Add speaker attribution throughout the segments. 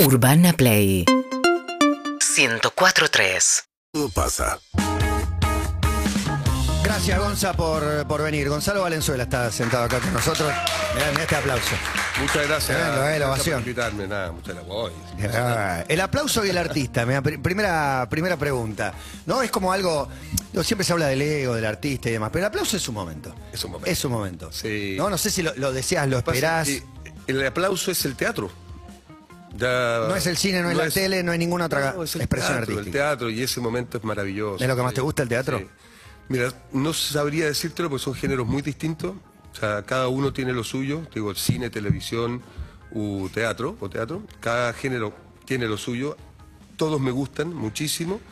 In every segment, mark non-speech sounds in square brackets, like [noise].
Speaker 1: Urbana Play 104.3
Speaker 2: Todo pasa.
Speaker 3: Gracias, Gonza, por, por venir. Gonzalo Valenzuela está sentado acá con nosotros. Mirá, mirá este aplauso.
Speaker 2: Muchas gracias.
Speaker 3: Tremendo, eh, la
Speaker 2: Gracias
Speaker 3: ovación.
Speaker 2: por invitarme, nada, muchas gracias. Voy.
Speaker 3: Ah, El aplauso y el artista. mirá, pri- primera, primera pregunta. ¿No? Es como algo. no, Siempre se habla del ego, del artista y demás, pero el aplauso es un momento.
Speaker 2: Es un momento.
Speaker 3: Es un momento.
Speaker 2: Sí.
Speaker 3: No, no sé si lo, lo deseas, lo
Speaker 2: Pasa
Speaker 3: esperás.
Speaker 2: que El aplauso es el teatro. Ya-
Speaker 3: No es el cine, no es la tele, no es ninguna otra
Speaker 2: No, es el
Speaker 3: expresión
Speaker 2: teatro,
Speaker 3: artística.
Speaker 2: El teatro, y ese momento es maravilloso.
Speaker 3: ¿Es lo que más
Speaker 2: Sí,
Speaker 3: te gusta el teatro?
Speaker 2: sí. Mira, no sabría decírtelo porque son géneros muy distintos. O sea, cada uno tiene lo suyo. Te Digo, el cine, televisión u teatro, o teatro. Cada género tiene lo suyo. Todos me gustan muchísimo.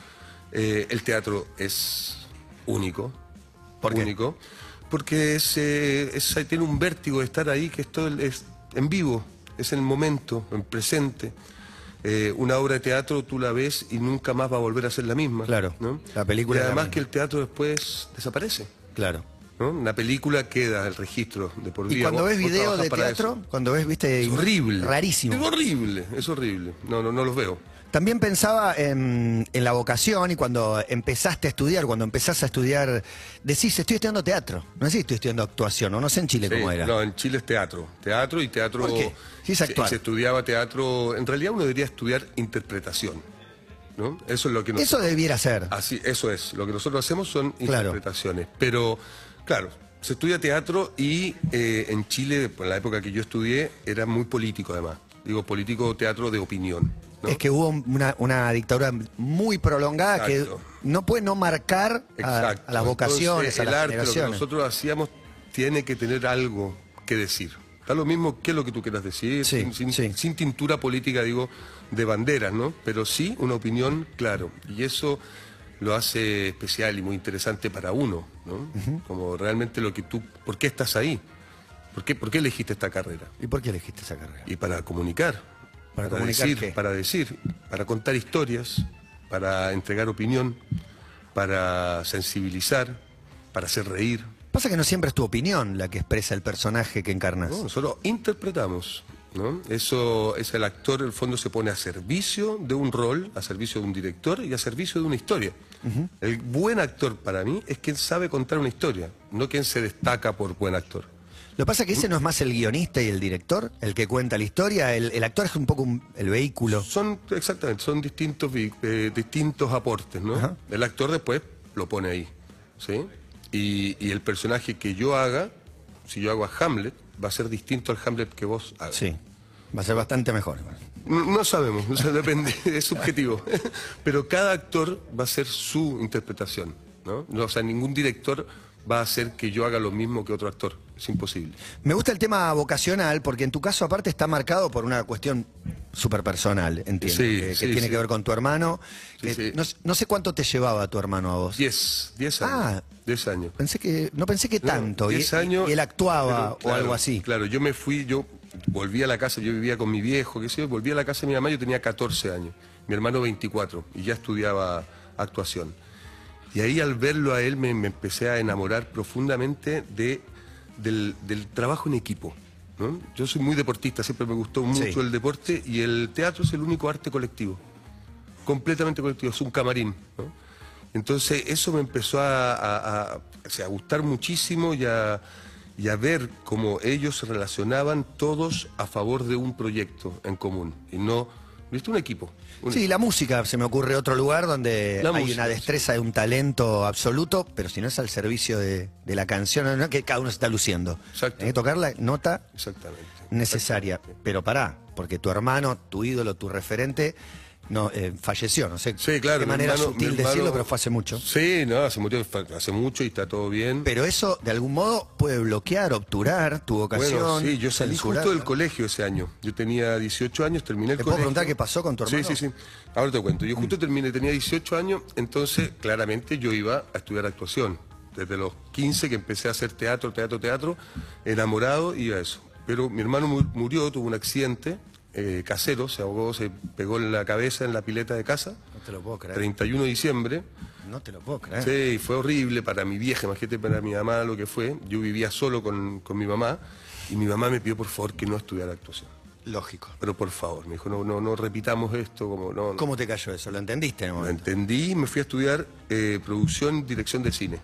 Speaker 2: Eh, el teatro es único.
Speaker 3: ¿Por qué?
Speaker 2: Único. Porque es, eh, es- tiene un vértigo de estar ahí, que es todo el- es en vivo, es en el momento, en presente. Eh, una obra de teatro tú la ves y nunca más va a volver a ser la misma.
Speaker 3: Claro,
Speaker 2: ¿no?
Speaker 3: la
Speaker 2: Y
Speaker 3: película es la
Speaker 2: además
Speaker 3: misma.
Speaker 2: que el teatro después desaparece.
Speaker 3: Claro.
Speaker 2: ¿no? Una película queda el registro de por vida.
Speaker 3: Y cuando
Speaker 2: Vos-
Speaker 3: ves
Speaker 2: vos
Speaker 3: video
Speaker 2: trabajás
Speaker 3: de
Speaker 2: para
Speaker 3: teatro,
Speaker 2: eso.
Speaker 3: cuando ves, viste.
Speaker 2: Es horrible. Es
Speaker 3: Rarísimo.
Speaker 2: horrible, es horrible. No, no, no los veo.
Speaker 3: También pensaba en, en la vocación y cuando empezaste a estudiar, cuando empezás a estudiar, decís, estoy estudiando teatro. No decís, estoy estudiando actuación, o no sé en Chile
Speaker 2: Sí,
Speaker 3: cómo era.
Speaker 2: No, en Chile es teatro. Teatro y teatro.
Speaker 3: ¿Por qué? Si es
Speaker 2: se-
Speaker 3: actuar.
Speaker 2: Se, estudiaba teatro. En realidad uno debería estudiar interpretación. ¿no? Ah, Eso es lo que nos-
Speaker 3: Eso debiera ser.
Speaker 2: Así, eso es. Lo que nosotros hacemos son
Speaker 3: Claro.
Speaker 2: interpretaciones. Pero, claro, se estudia teatro y eh, en Chile, por la época que yo estudié, era muy político además. Digo, político teatro de opinión. ¿no?
Speaker 3: Es que hubo una, una dictadura muy prolongada
Speaker 2: Exacto.
Speaker 3: que no puede no marcar a,
Speaker 2: Exacto.
Speaker 3: a las vocaciones,
Speaker 2: Entonces,
Speaker 3: a
Speaker 2: el
Speaker 3: las
Speaker 2: arte, Lo que
Speaker 3: generaciones.
Speaker 2: nosotros hacíamos tiene que tener algo que decir. Da lo mismo que lo que tú quieras decir,
Speaker 3: Sí,
Speaker 2: sin, sin-
Speaker 3: sí.
Speaker 2: sin tintura política, digo, de banderas, ¿no? Pero sí una opinión, claro. Y eso lo hace especial y muy interesante para uno, ¿no? Como realmente lo que tú, ¿por qué estás ahí? ¿Por qué, por qué elegiste esta carrera?
Speaker 3: ¿Y por qué elegiste esa carrera?
Speaker 2: Y para comunicar.
Speaker 3: ¿Para comunicar
Speaker 2: decir,
Speaker 3: qué?
Speaker 2: para decir, para contar historias, para entregar opinión, para sensibilizar, para hacer reír.
Speaker 3: Pasa que no siempre es tu opinión la que expresa el personaje que encarnas.
Speaker 2: ¿no? Nosotros interpretamos. ¿no? Eso es el actor, en el fondo, se pone a servicio de un rol, a servicio de un director y a servicio de una historia. El buen actor para mí es quien sabe contar una historia, no quien se destaca por buen actor.
Speaker 3: Lo que pasa es que ese no es más el guionista y el director, el que cuenta la historia, el, el actor es un poco un- el vehículo.
Speaker 2: Son, exactamente, son distintos, vi- eh, distintos aportes, ¿no?
Speaker 3: Ajá.
Speaker 2: El actor después lo pone ahí, ¿sí? Y, y el personaje que yo haga, si yo hago a Hamlet, va a ser distinto al Hamlet que vos hagas.
Speaker 3: Sí, va a ser bastante mejor.
Speaker 2: No, no sabemos, [laughs] o sea, depende, es subjetivo. [laughs] Pero cada actor va a hacer su interpretación, ¿no? No, O sea, ningún director va a hacer que yo haga lo mismo que otro actor, es imposible.
Speaker 3: Me gusta el tema vocacional porque en tu caso aparte está marcado por una cuestión súper personal, entiendo,
Speaker 2: Sí,
Speaker 3: que, que
Speaker 2: sí,
Speaker 3: tiene
Speaker 2: sí.
Speaker 3: que ver con tu hermano.
Speaker 2: Sí,
Speaker 3: que
Speaker 2: sí.
Speaker 3: No, s- no sé cuánto te llevaba tu hermano a vos.
Speaker 2: 10, 10 años.
Speaker 3: Ah.
Speaker 2: 10 años.
Speaker 3: Pensé que no pensé que
Speaker 2: No,
Speaker 3: tanto. y-
Speaker 2: 10
Speaker 3: y,
Speaker 2: años,
Speaker 3: y él actuaba
Speaker 2: pero, claro,
Speaker 3: o algo así.
Speaker 2: Claro, yo me fui, yo volví a la casa, yo vivía con mi viejo, qué sé yo, volví a la casa de mi mamá, yo tenía 14 años, mi hermano 24, y ya estudiaba actuación. Y ahí al verlo a él me, me empecé a enamorar profundamente de, del, del trabajo en equipo. ¿no? Yo soy muy deportista, siempre me gustó mucho
Speaker 3: Sí.
Speaker 2: el deporte y el teatro es el único arte colectivo completamente colectivo, es un camarín. ¿no? Entonces eso me empezó a, a- a- o sea, a gustar muchísimo y a, y a ver cómo ellos se relacionaban todos a favor de un proyecto en común. Y no, ¿viste? Un equipo. un
Speaker 3: Sí, la música se me ocurre otro lugar donde
Speaker 2: La
Speaker 3: hay
Speaker 2: música,
Speaker 3: una destreza, un talento absoluto, pero si no es al servicio de, de la canción, ¿no? que cada uno se está luciendo.
Speaker 2: Exacto.
Speaker 3: Hay que tocar la nota
Speaker 2: Exactamente.
Speaker 3: necesaria. Pero pará, porque tu hermano, tu ídolo, tu referente, no eh, falleció, no sé
Speaker 2: Sí, claro.
Speaker 3: de
Speaker 2: mi
Speaker 3: manera
Speaker 2: hermano- mi
Speaker 3: sutil
Speaker 2: hermano-
Speaker 3: decirlo, pero fue hace mucho.
Speaker 2: Sí, no, se murió fa- hace mucho y está todo bien.
Speaker 3: Pero eso, de algún modo, puede bloquear, obturar tu vocación.
Speaker 2: Bueno, sí, yo salí
Speaker 3: censurarla.
Speaker 2: justo del colegio ese año. Yo tenía 18 años, terminé el
Speaker 3: ¿Te puedo
Speaker 2: colegio.
Speaker 3: preguntar qué pasó con tu hermano? Mm.
Speaker 2: Sí, sí, sí. Ahora te cuento. Yo justo terminé, tenía 18 años, entonces claramente yo iba a estudiar actuación. Desde los 15 que empecé a hacer teatro, teatro, teatro, enamorado, iba a eso. Pero mi hermano mu- murió, tuvo un accidente eh, casero, se ahogó, se pegó en la cabeza en la pileta de casa.
Speaker 3: No te lo puedo creer.
Speaker 2: 31 de diciembre.
Speaker 3: No te lo puedo creer.
Speaker 2: Sí, fue horrible para mi vieja, imagínate para mi mamá lo que fue. Yo vivía solo con, con mi mamá y mi mamá me pidió por favor que no estudiara actuación.
Speaker 3: Lógico.
Speaker 2: Pero por favor, me dijo, no, no, no repitamos esto, como no, no.
Speaker 3: ¿Cómo te cayó eso? ¿Lo entendiste en el
Speaker 2: Lo
Speaker 3: momento?
Speaker 2: entendí y me fui a estudiar eh, producción, dirección de cine.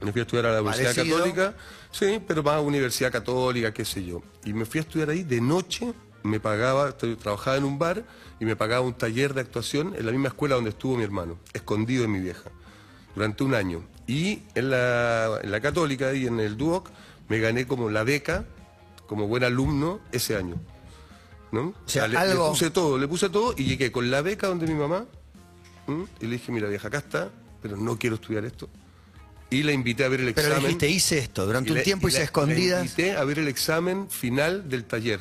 Speaker 2: Me fui a estudiar a la Universidad
Speaker 3: Parecido.
Speaker 2: Católica, sí, pero más a Universidad Católica, qué sé yo. Y me fui a estudiar ahí de noche, me pagaba, tra- trabajaba en un bar y me pagaba un taller de actuación en la misma escuela donde estuvo mi hermano, escondido de mi vieja, durante un año. Y en la, en la Católica y en el Duoc me gané como la beca, como buen alumno, ese año. ¿no?
Speaker 3: O sea,
Speaker 2: le- le,
Speaker 3: algo-
Speaker 2: puse todo, le puse todo y llegué con la beca donde mi mamá ¿Mm? y le dije, mira vieja, acá está, pero no quiero estudiar esto. Y la invité a ver el
Speaker 3: Pero le
Speaker 2: examen.
Speaker 3: dijiste, hice esto. Durante
Speaker 2: Y
Speaker 3: un
Speaker 2: la-
Speaker 3: tiempo
Speaker 2: y la-
Speaker 3: hice
Speaker 2: la
Speaker 3: escondidas.
Speaker 2: invité a ver el examen final del taller,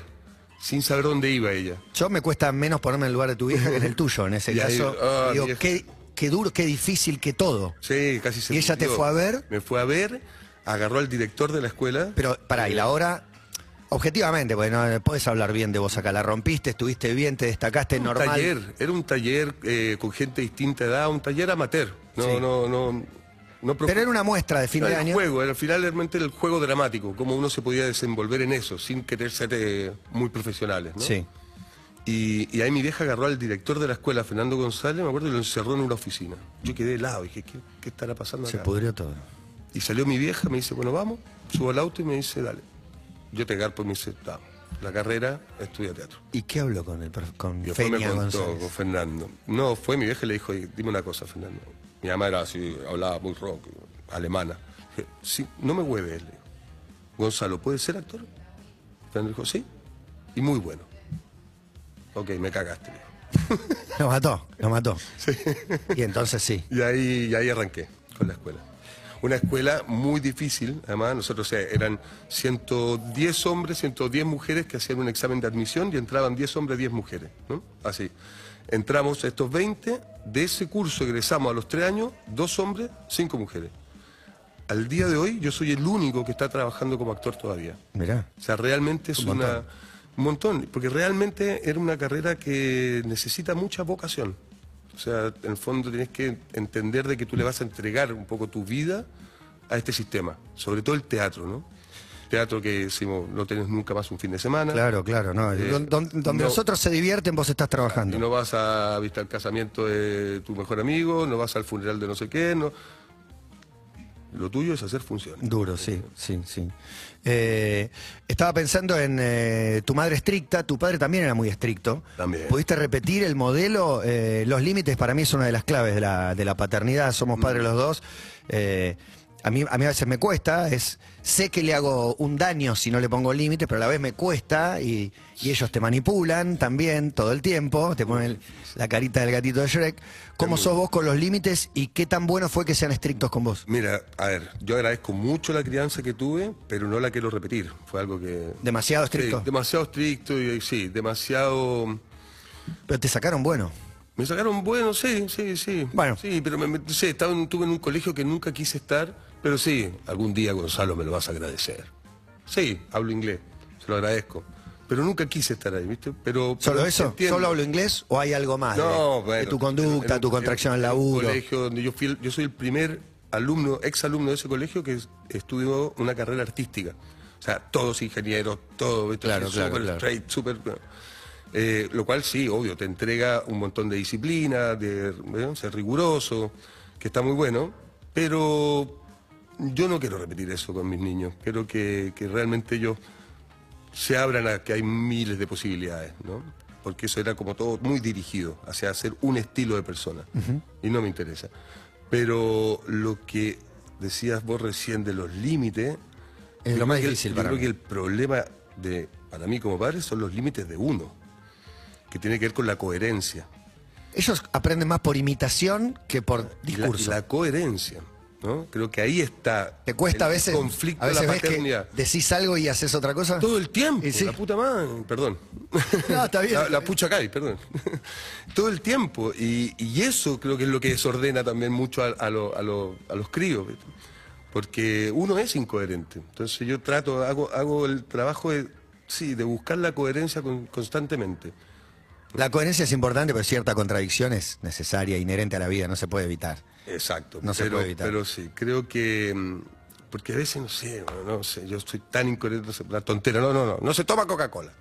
Speaker 2: sin saber dónde iba ella.
Speaker 3: Yo me cuesta menos ponerme en el lugar de tu vieja que en el tuyo, en ese
Speaker 2: [laughs] Y ahí,
Speaker 3: caso.
Speaker 2: ah,
Speaker 3: digo,
Speaker 2: vieja.
Speaker 3: qué, qué duro, qué difícil, qué todo.
Speaker 2: Sí, casi se
Speaker 3: ¿Y ella te
Speaker 2: murió.
Speaker 3: fue a ver?
Speaker 2: Me fue a ver, agarró al director de la escuela. Eh,
Speaker 3: Pero pará, y la hora, objetivamente, porque no puedes hablar bien de vos acá. La rompiste, estuviste bien, te destacaste
Speaker 2: un
Speaker 3: normal.
Speaker 2: taller, era un taller eh, con gente de distinta edad, un taller amateur. No,
Speaker 3: Sí.
Speaker 2: no, no, no
Speaker 3: Pero era una muestra de fin
Speaker 2: Era
Speaker 3: de
Speaker 2: el
Speaker 3: año.
Speaker 2: juego, era, al final realmente era el juego dramático, cómo uno se podía desenvolver en eso, sin querer ser eh, muy profesionales, ¿no?
Speaker 3: Sí.
Speaker 2: Y, y ahí mi vieja agarró al director de la escuela, Fernando González, me acuerdo, y lo encerró en una oficina. Yo quedé helado, dije, ¿qué, qué estará pasando
Speaker 3: Se
Speaker 2: acá?
Speaker 3: pudrió todo.
Speaker 2: Y salió mi vieja, me dice, bueno, vamos, subo al auto y me dice, dale. Yo te garpo y me dice, vamos, la carrera, estudia teatro.
Speaker 3: ¿Y qué habló con el prof- con
Speaker 2: Y después
Speaker 3: Feña
Speaker 2: me contó
Speaker 3: González?
Speaker 2: con Fernando. No, fue mi vieja y le dijo, "Oye, dime una cosa, Fernando. Mi mamá era así, hablaba muy rock, alemana. Dije, sí, no me hueves, le digo. Gonzalo, ¿puedes ser actor? Fernando dijo, sí, y muy bueno. Ok, me cagaste, le digo.
Speaker 3: Lo mató, lo mató. Y entonces sí.
Speaker 2: Y ahí, y ahí arranqué con la escuela. Una escuela muy difícil, además, nosotros o sea, eran 110 hombres, 110 mujeres que hacían un examen de admisión y entraban 10 hombres, 10 mujeres, ¿no? Así. Entramos estos 20, de ese curso egresamos a los 3 años, 2 hombres, 5 mujeres. Al día de hoy yo soy el único que está trabajando como actor todavía.
Speaker 3: Mirá.
Speaker 2: O sea, realmente es
Speaker 3: Un
Speaker 2: una...
Speaker 3: montón.
Speaker 2: Un montón, porque realmente era una carrera que necesita mucha vocación. O sea, en el fondo tienes que entender de que tú le vas a entregar un poco tu vida a este sistema, sobre todo el teatro, ¿no? Teatro que decimos, no tenés nunca más un fin de semana.
Speaker 3: Claro, claro, no.
Speaker 2: Eh,
Speaker 3: Don- don- donde
Speaker 2: no.
Speaker 3: los otros se divierten, vos estás
Speaker 2: Y
Speaker 3: trabajando.
Speaker 2: no vas a viste, al casamiento de tu mejor amigo, no vas al funeral de no sé qué, no. Lo tuyo es hacer funciones.
Speaker 3: Duro, sí, sí, sí. Eh, estaba pensando en eh, tu madre estricta, tu padre también era muy estricto.
Speaker 2: También.
Speaker 3: ¿Pudiste repetir el modelo? Eh, los límites para mí es una de las claves de la, de la paternidad, somos padres
Speaker 2: Mm.
Speaker 3: los dos. Eh, a, mí, a mí a veces me cuesta, es sé que le hago un daño si no le pongo límites, pero a la vez me cuesta y, y ellos te manipulan también todo el tiempo, te ponen el- la carita del gatito de Shrek. ¿Cómo sos vos con los límites y qué tan bueno fue que sean estrictos con vos?
Speaker 2: Mira, a ver, yo agradezco mucho la crianza que tuve, pero no la quiero repetir. Fue algo que.
Speaker 3: Demasiado
Speaker 2: Sí,
Speaker 3: estricto.
Speaker 2: demasiado estricto y sí, demasiado. mm,
Speaker 3: Pero te sacaron bueno.
Speaker 2: Me sacaron bueno, sí, sí, sí.
Speaker 3: Bueno.
Speaker 2: Sí, pero me, me- sí, estaba en- estuve en un colegio que nunca quise estar, pero sí, algún día Gonzalo me lo vas a agradecer. Sí, hablo inglés, se lo agradezco. Pero nunca quise estar ahí, ¿viste? Pero,
Speaker 3: ¿Solo
Speaker 2: pero
Speaker 3: eso?
Speaker 2: entiendo.
Speaker 3: ¿Solo hablo inglés o hay algo más?
Speaker 2: No,
Speaker 3: de,
Speaker 2: bueno,
Speaker 3: de tu
Speaker 2: en-
Speaker 3: conducta,
Speaker 2: en-
Speaker 3: tu contracción al
Speaker 2: en un
Speaker 3: laburo.
Speaker 2: colegio donde yo, fui el- yo soy el primer alumno, ex alumno de ese colegio que es- estudió una carrera artística. O sea, todos ingenieros, todos, ¿viste?
Speaker 3: Claro,
Speaker 2: Así,
Speaker 3: claro,
Speaker 2: súper
Speaker 3: claro.
Speaker 2: straight, súper- Eh, lo cual sí, obvio, te entrega un montón de disciplina, de ¿eh? ser riguroso, que está muy bueno, pero yo no quiero repetir eso con mis niños. Quiero que, que realmente ellos se abran a que hay miles de posibilidades, ¿no? Porque eso era como todo muy dirigido hacia hacer un estilo de persona. Y no me interesa. Pero lo que decías vos recién de los límites.
Speaker 3: Es
Speaker 2: yo
Speaker 3: lo más
Speaker 2: creo que el-
Speaker 3: difícil
Speaker 2: Yo
Speaker 3: para
Speaker 2: creo
Speaker 3: mí.
Speaker 2: que el problema de, para mí como padre son los límites de uno, que tiene que ver con la coherencia.
Speaker 3: Ellos aprenden más por imitación que por
Speaker 2: Y la, y
Speaker 3: discurso.
Speaker 2: la coherencia, ¿no? Creo que ahí está
Speaker 3: ¿Te cuesta a
Speaker 2: el
Speaker 3: veces,
Speaker 2: conflicto
Speaker 3: a
Speaker 2: de
Speaker 3: veces
Speaker 2: la
Speaker 3: ves que
Speaker 2: paternidad.
Speaker 3: decís algo y haces otra cosa?
Speaker 2: Todo el tiempo,
Speaker 3: Y sí.
Speaker 2: la puta madre, perdón.
Speaker 3: No, está bien.
Speaker 2: La, la pucha cae, perdón. Todo el tiempo. Y, y eso creo que es lo que desordena también mucho a, a lo- a lo- a los críos. ¿viste? Porque uno es incoherente. Entonces yo trato, hago, hago el trabajo de, sí, de buscar la coherencia con- constantemente.
Speaker 3: La coherencia es importante, pero cierta contradicción es necesaria, inherente a la vida, no se puede evitar.
Speaker 2: Exacto.
Speaker 3: No se
Speaker 2: pero,
Speaker 3: puede evitar.
Speaker 2: Pero sí, creo que... mm, Porque a veces, no sé, bueno, no sé, yo estoy tan incoherente, no sé, la tontera, no, no, no, no se toma Coca-Cola.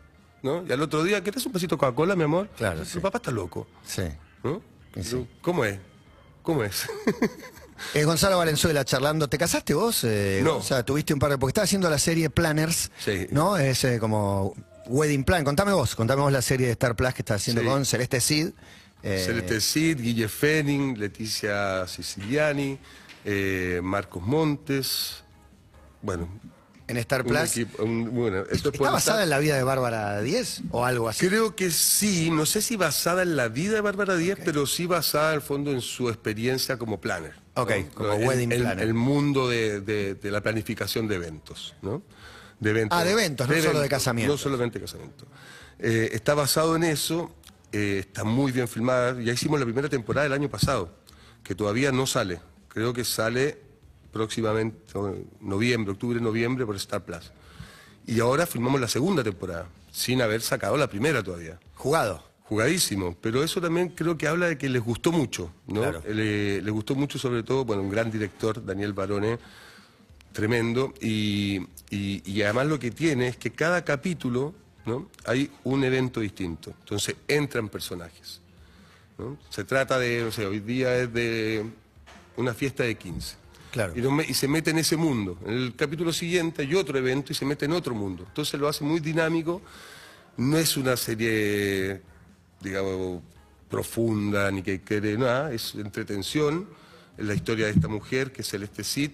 Speaker 2: ¿no? Y al otro día, ¿quieres un pasito de Coca-Cola, mi amor?
Speaker 3: Claro,
Speaker 2: Tu
Speaker 3: sí.
Speaker 2: papá está loco,
Speaker 3: Sí.
Speaker 2: ¿no?
Speaker 3: Y sí.
Speaker 2: ¿Cómo es? ¿Cómo es?
Speaker 3: Eh, Gonzalo Valenzuela charlando. ¿Te casaste vos? eh,
Speaker 2: No.
Speaker 3: O sea, tuviste un par de. Porque estás haciendo la serie Planners.
Speaker 2: Sí.
Speaker 3: ¿No? Es eh, como Wedding Plan. Contame vos. Contame vos la serie de Star Plus que estás haciendo
Speaker 2: Sí.
Speaker 3: con Celeste Cid. eh,
Speaker 2: [laughs] Celeste Cid, Guille Fenning, Leticia Siciliani, eh, Marcos Montes. Bueno,
Speaker 3: en Star
Speaker 2: un
Speaker 3: Plus.
Speaker 2: equipo- un- bueno, esto
Speaker 3: ¿Está
Speaker 2: puede
Speaker 3: basada
Speaker 2: estar-
Speaker 3: en la vida de Bárbara 10 o algo así?
Speaker 2: Creo que sí, no sé si basada en la vida de Bárbara Díaz, pero sí basada al fondo en su experiencia como planner.
Speaker 3: Ok,
Speaker 2: ¿no?
Speaker 3: como
Speaker 2: El-
Speaker 3: wedding
Speaker 2: el,
Speaker 3: planner.
Speaker 2: El mundo de, de- de la planificación de eventos, ¿no? De eventos.
Speaker 3: Ah, de eventos, no solo de casamientos.
Speaker 2: No solamente casamiento. Eh, está basado en eso, eh, está muy bien filmada. Ya hicimos la primera temporada el año pasado, que todavía no sale. Creo que sale próximamente, eh, noviembre, octubre, noviembre, por Star Plus. Y ahora filmamos la segunda temporada, sin haber sacado la primera todavía.
Speaker 3: Jugado.
Speaker 2: Jugadísimo, pero eso también creo que habla de que les gustó mucho, ¿no? Eh,
Speaker 3: Claro.
Speaker 2: Le, le gustó mucho sobre todo, bueno, un gran director, Daniel Barone, tremendo, y, y- y además lo que tiene es que cada capítulo, ¿no? Hay un evento distinto, entonces entran personajes, ¿no? Se trata de, o sea, hoy día es de una fiesta de 15.
Speaker 3: Claro.
Speaker 2: Y, nos me- y se mete en ese mundo. En el capítulo siguiente hay otro evento y se mete en otro mundo. Entonces lo hace muy dinámico. No es una serie, digamos, profunda ni que quede nada. Es entretención. Es la historia de esta mujer, que es Celeste Cid,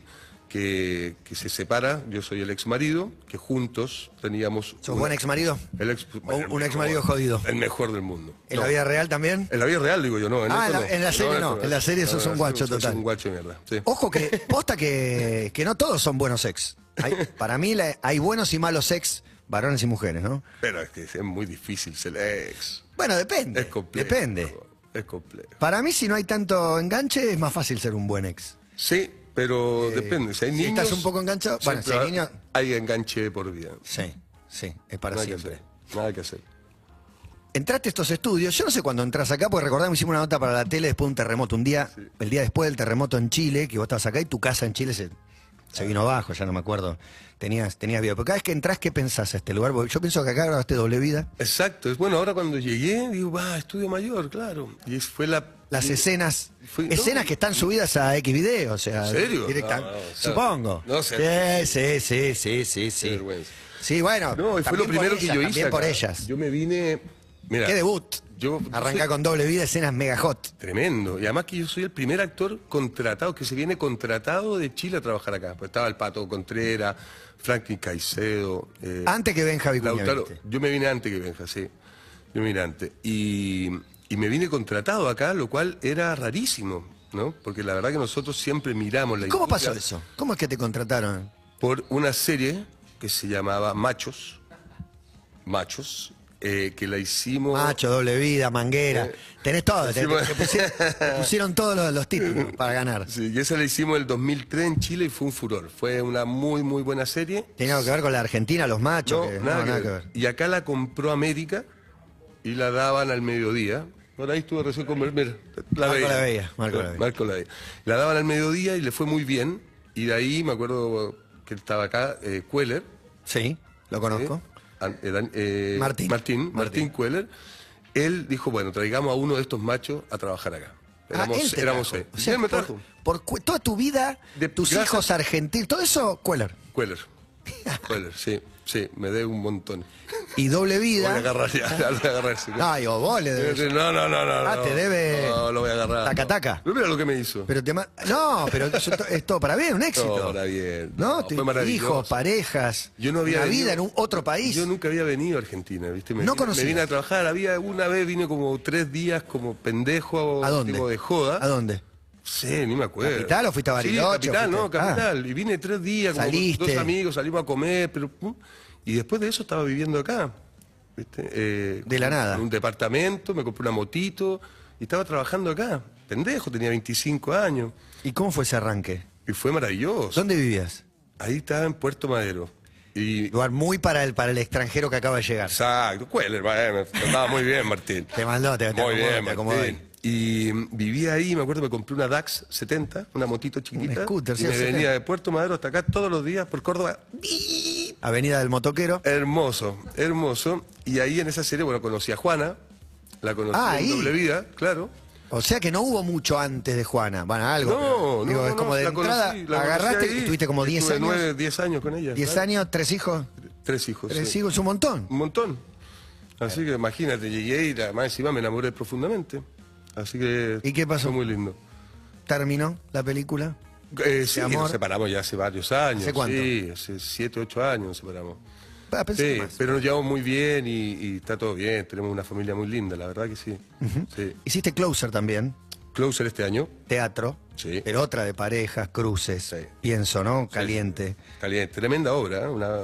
Speaker 2: que, que se separa. Yo soy el ex marido, que juntos teníamos.
Speaker 3: ¿Sos
Speaker 2: una-
Speaker 3: buen ex marido?
Speaker 2: el ex-
Speaker 3: un
Speaker 2: el
Speaker 3: ex
Speaker 2: mejor-
Speaker 3: marido jodido.
Speaker 2: El mejor del mundo.
Speaker 3: ¿En
Speaker 2: No. Eh.
Speaker 3: la vida real también?
Speaker 2: En la vida real, digo yo, no. En
Speaker 3: Ah, en
Speaker 2: esto
Speaker 3: la- en la serie
Speaker 2: esto
Speaker 3: no, en la serie sos un guacho
Speaker 2: soy
Speaker 3: total. Oh.
Speaker 2: un guacho de mierda. sí. [laughs]
Speaker 3: Ojo que, posta que, que no todos son buenos ex. Hay- para mí la- hay buenos y malos ex, varones y mujeres, ¿no?
Speaker 2: Pero es que es muy difícil ser ex.
Speaker 3: Bueno, depende.
Speaker 2: Es complejo.
Speaker 3: Depende.
Speaker 2: Es complejo.
Speaker 3: Para mí, si no hay tanto enganche, es más fácil ser un buen ex.
Speaker 2: Sí, pero depende. Si hay
Speaker 3: Eh, si
Speaker 2: niños.
Speaker 3: estás un poco enganchado, bueno, si hay
Speaker 2: pero
Speaker 3: niños-
Speaker 2: Hay enganche de por vida.
Speaker 3: Sí, sí, es para
Speaker 2: Nada que
Speaker 3: siempre.
Speaker 2: hacer. Nada que hacer.
Speaker 3: Entraste a estos estudios, yo no sé cuándo entras acá, porque recordamos hicimos una nota para la tele después de un terremoto, un día, el día después del terremoto en Chile, que vos estabas acá y tu casa en Chile se, se vino
Speaker 2: Ah.
Speaker 3: abajo, ya no me acuerdo, tenías, tenías vida. Pero cada vez que entras, ¿qué pensás a este lugar? Porque yo pienso que acá grabaste doble vida,
Speaker 2: Exacto. Es bueno, ahora cuando llegué, digo, va, estudio mayor, claro. Y es- fue la.
Speaker 3: las escenas,
Speaker 2: Fui- no,
Speaker 3: escenas que están subidas a X video, o sea,
Speaker 2: ¿En serio?
Speaker 3: directa-
Speaker 2: No, no, o sea,
Speaker 3: supongo.
Speaker 2: no sé.
Speaker 3: Sí, sí, sí, sí, sí,
Speaker 2: Qué
Speaker 3: sí.
Speaker 2: vergüenza.
Speaker 3: Sí, bueno,
Speaker 2: No, y fue
Speaker 3: también
Speaker 2: lo
Speaker 3: por
Speaker 2: primero que
Speaker 3: ellas,
Speaker 2: yo hice.
Speaker 3: también por
Speaker 2: acá.
Speaker 3: ellas.
Speaker 2: Yo me vine. Mira,
Speaker 3: Qué debut.
Speaker 2: Yo,
Speaker 3: Arrancá
Speaker 2: soy-
Speaker 3: con doble vida, escenas mega hot.
Speaker 2: Tremendo. Y además que yo soy el primer actor contratado, que se viene contratado de Chile a trabajar acá. Pues estaba el Pato Contreras, Franklin Caicedo. eh,
Speaker 3: Antes que ven Javi Cuña,
Speaker 2: Lautaro.
Speaker 3: ¿viste?
Speaker 2: Yo me vine antes que Benja, sí. Yo me vine antes. Y, y me vine contratado acá, lo cual era rarísimo, ¿no? Porque la verdad que nosotros siempre miramos la
Speaker 3: ¿Cómo
Speaker 2: industria
Speaker 3: pasó eso? ¿Cómo es que te contrataron?
Speaker 2: Por una serie que se llamaba Machos. Machos. eh, que la hicimos. [laughs]
Speaker 3: Macho, doble vida, manguera. Tenés todo. te-
Speaker 2: encima-
Speaker 3: te Ah, pusieron, te pusieron todos los, los títulos para ganar.
Speaker 2: [laughs] Sí, y esa la hicimos en el 2003 en Chile y fue un furor. Fue una muy, muy buena serie.
Speaker 3: Tenía algo que ver con la Argentina, los machos.
Speaker 2: No,
Speaker 3: que-
Speaker 2: nada que ver. Y acá la compró América y la daban al mediodía. Por ahí estuve recién con Mira, la
Speaker 3: Marco la veía, Marco la veía.
Speaker 2: la veía. La daban al mediodía y le fue muy bien. Y de ahí me acuerdo que estaba acá eh, Queller.
Speaker 3: Sí, lo
Speaker 2: ¿eh?
Speaker 3: conozco.
Speaker 2: An- eh, Dan- eh,
Speaker 3: Martín.
Speaker 2: Martín,
Speaker 3: Martín.
Speaker 2: Martín Queller. Él dijo, bueno, traigamos a uno de estos machos a trabajar acá. Éramos,
Speaker 3: Ah, él te
Speaker 2: éramos
Speaker 3: trajo.
Speaker 2: seis.
Speaker 3: O sea,
Speaker 2: Y él me
Speaker 3: por-
Speaker 2: trajo.
Speaker 3: Por, cu- toda tu vida,
Speaker 2: De-
Speaker 3: tus
Speaker 2: gracias-
Speaker 3: hijos argentinos, todo eso, Queller.
Speaker 2: Queller. Queller, sí, sí, me debe un montón.
Speaker 3: [laughs] Y doble
Speaker 2: Voy a
Speaker 3: vida.
Speaker 2: agarrar ya, [laughs] lo voy a agarrar, sí.
Speaker 3: Ay, o vos le debes-
Speaker 2: No, no, no, no.
Speaker 3: Ah,
Speaker 2: no.
Speaker 3: te debe-
Speaker 2: No, lo voy a agarrar.
Speaker 3: Taca,
Speaker 2: no.
Speaker 3: taca.
Speaker 2: Pero mira lo que me hizo.
Speaker 3: Pero te ma- No, pero eso to- es todo para bien, un éxito.
Speaker 2: [laughs] No, para bien.
Speaker 3: No,
Speaker 2: No,
Speaker 3: te-
Speaker 2: fue maravilloso.
Speaker 3: hijos, parejas,
Speaker 2: Yo no había
Speaker 3: una
Speaker 2: venido-
Speaker 3: vida en un otro país.
Speaker 2: Yo nunca había venido a Argentina, ¿viste? Me,
Speaker 3: No
Speaker 2: vine-
Speaker 3: conocías.
Speaker 2: me vine a trabajar, había una vez vine como tres días como pendejo,
Speaker 3: ¿A dónde?
Speaker 2: tipo de joda.
Speaker 3: ¿A dónde?
Speaker 2: Sí, ni me acuerdo.
Speaker 3: ¿Capital o fuiste a Bariloche
Speaker 2: Sí,
Speaker 3: o
Speaker 2: capital,
Speaker 3: fuiste- Ah.
Speaker 2: no, capital. Y vine tres días como
Speaker 3: Saliste.
Speaker 2: con dos amigos, salimos a comer, pero pum. y después de eso estaba viviendo acá. ¿viste? Eh,
Speaker 3: De la
Speaker 2: en
Speaker 3: nada.
Speaker 2: un departamento, me compré una motito y estaba trabajando acá. Pendejo, tenía 25 años.
Speaker 3: ¿Y cómo fue ese arranque?
Speaker 2: Y fue maravilloso.
Speaker 3: ¿Dónde vivías?
Speaker 2: Ahí estaba en Puerto Madero. Y.
Speaker 3: Lugar muy para el, para el extranjero que acaba de llegar.
Speaker 2: Exacto, Queller, bueno, estaba muy bien, Martín.
Speaker 3: Te mandó, te, te
Speaker 2: Muy
Speaker 3: acomodó,
Speaker 2: bien,
Speaker 3: te acomodó
Speaker 2: Martín.
Speaker 3: ahí.
Speaker 2: Y mm, vivía ahí, me acuerdo, me compré una DAX 70, una motito chiquitita.
Speaker 3: Un scooter,
Speaker 2: y
Speaker 3: sí,
Speaker 2: me
Speaker 3: 70.
Speaker 2: venía de Puerto Madero hasta acá todos los días por Córdoba. ¡Bip!
Speaker 3: Avenida del Motoquero.
Speaker 2: Hermoso, hermoso. Y ahí en esa serie, bueno, conocí a Juana, la conocí
Speaker 3: Ah,
Speaker 2: en
Speaker 3: ahí.
Speaker 2: doble vida, claro.
Speaker 3: O sea que no hubo mucho antes de Juana. Bueno, algo.
Speaker 2: No,
Speaker 3: pero, digo,
Speaker 2: no,
Speaker 3: es
Speaker 2: no,
Speaker 3: como de
Speaker 2: la
Speaker 3: entrada,
Speaker 2: conocí, la conocí
Speaker 3: agarraste
Speaker 2: ahí.
Speaker 3: y tuviste como 10
Speaker 2: Estuve
Speaker 3: años.
Speaker 2: nueve, 10 años con ella.
Speaker 3: 10
Speaker 2: claro.
Speaker 3: años, tres hijos.
Speaker 2: Tres hijos.
Speaker 3: Tres
Speaker 2: sí.
Speaker 3: hijos, un montón.
Speaker 2: Un montón. Así que imagínate, llegué y además encima me enamoré profundamente. Así que.
Speaker 3: ¿Y qué pasó?
Speaker 2: Fue muy lindo.
Speaker 3: Terminó la película.
Speaker 2: Eh, sí,
Speaker 3: amor?
Speaker 2: nos separamos ya hace varios años.
Speaker 3: ¿Hace cuánto?
Speaker 2: Sí, hace 7, 8 años nos separamos.
Speaker 3: Ah, pensé
Speaker 2: Sí,
Speaker 3: más.
Speaker 2: pero nos llevamos muy bien y, y está todo bien. Tenemos una familia muy linda, la verdad que sí. sí.
Speaker 3: Hiciste Closer también,
Speaker 2: Closer este año,
Speaker 3: teatro.
Speaker 2: Sí.
Speaker 3: Pero otra de parejas, cruces.
Speaker 2: Sí.
Speaker 3: Pienso, ¿no? Caliente.
Speaker 2: caliente. Tremenda obra, ¿eh? una,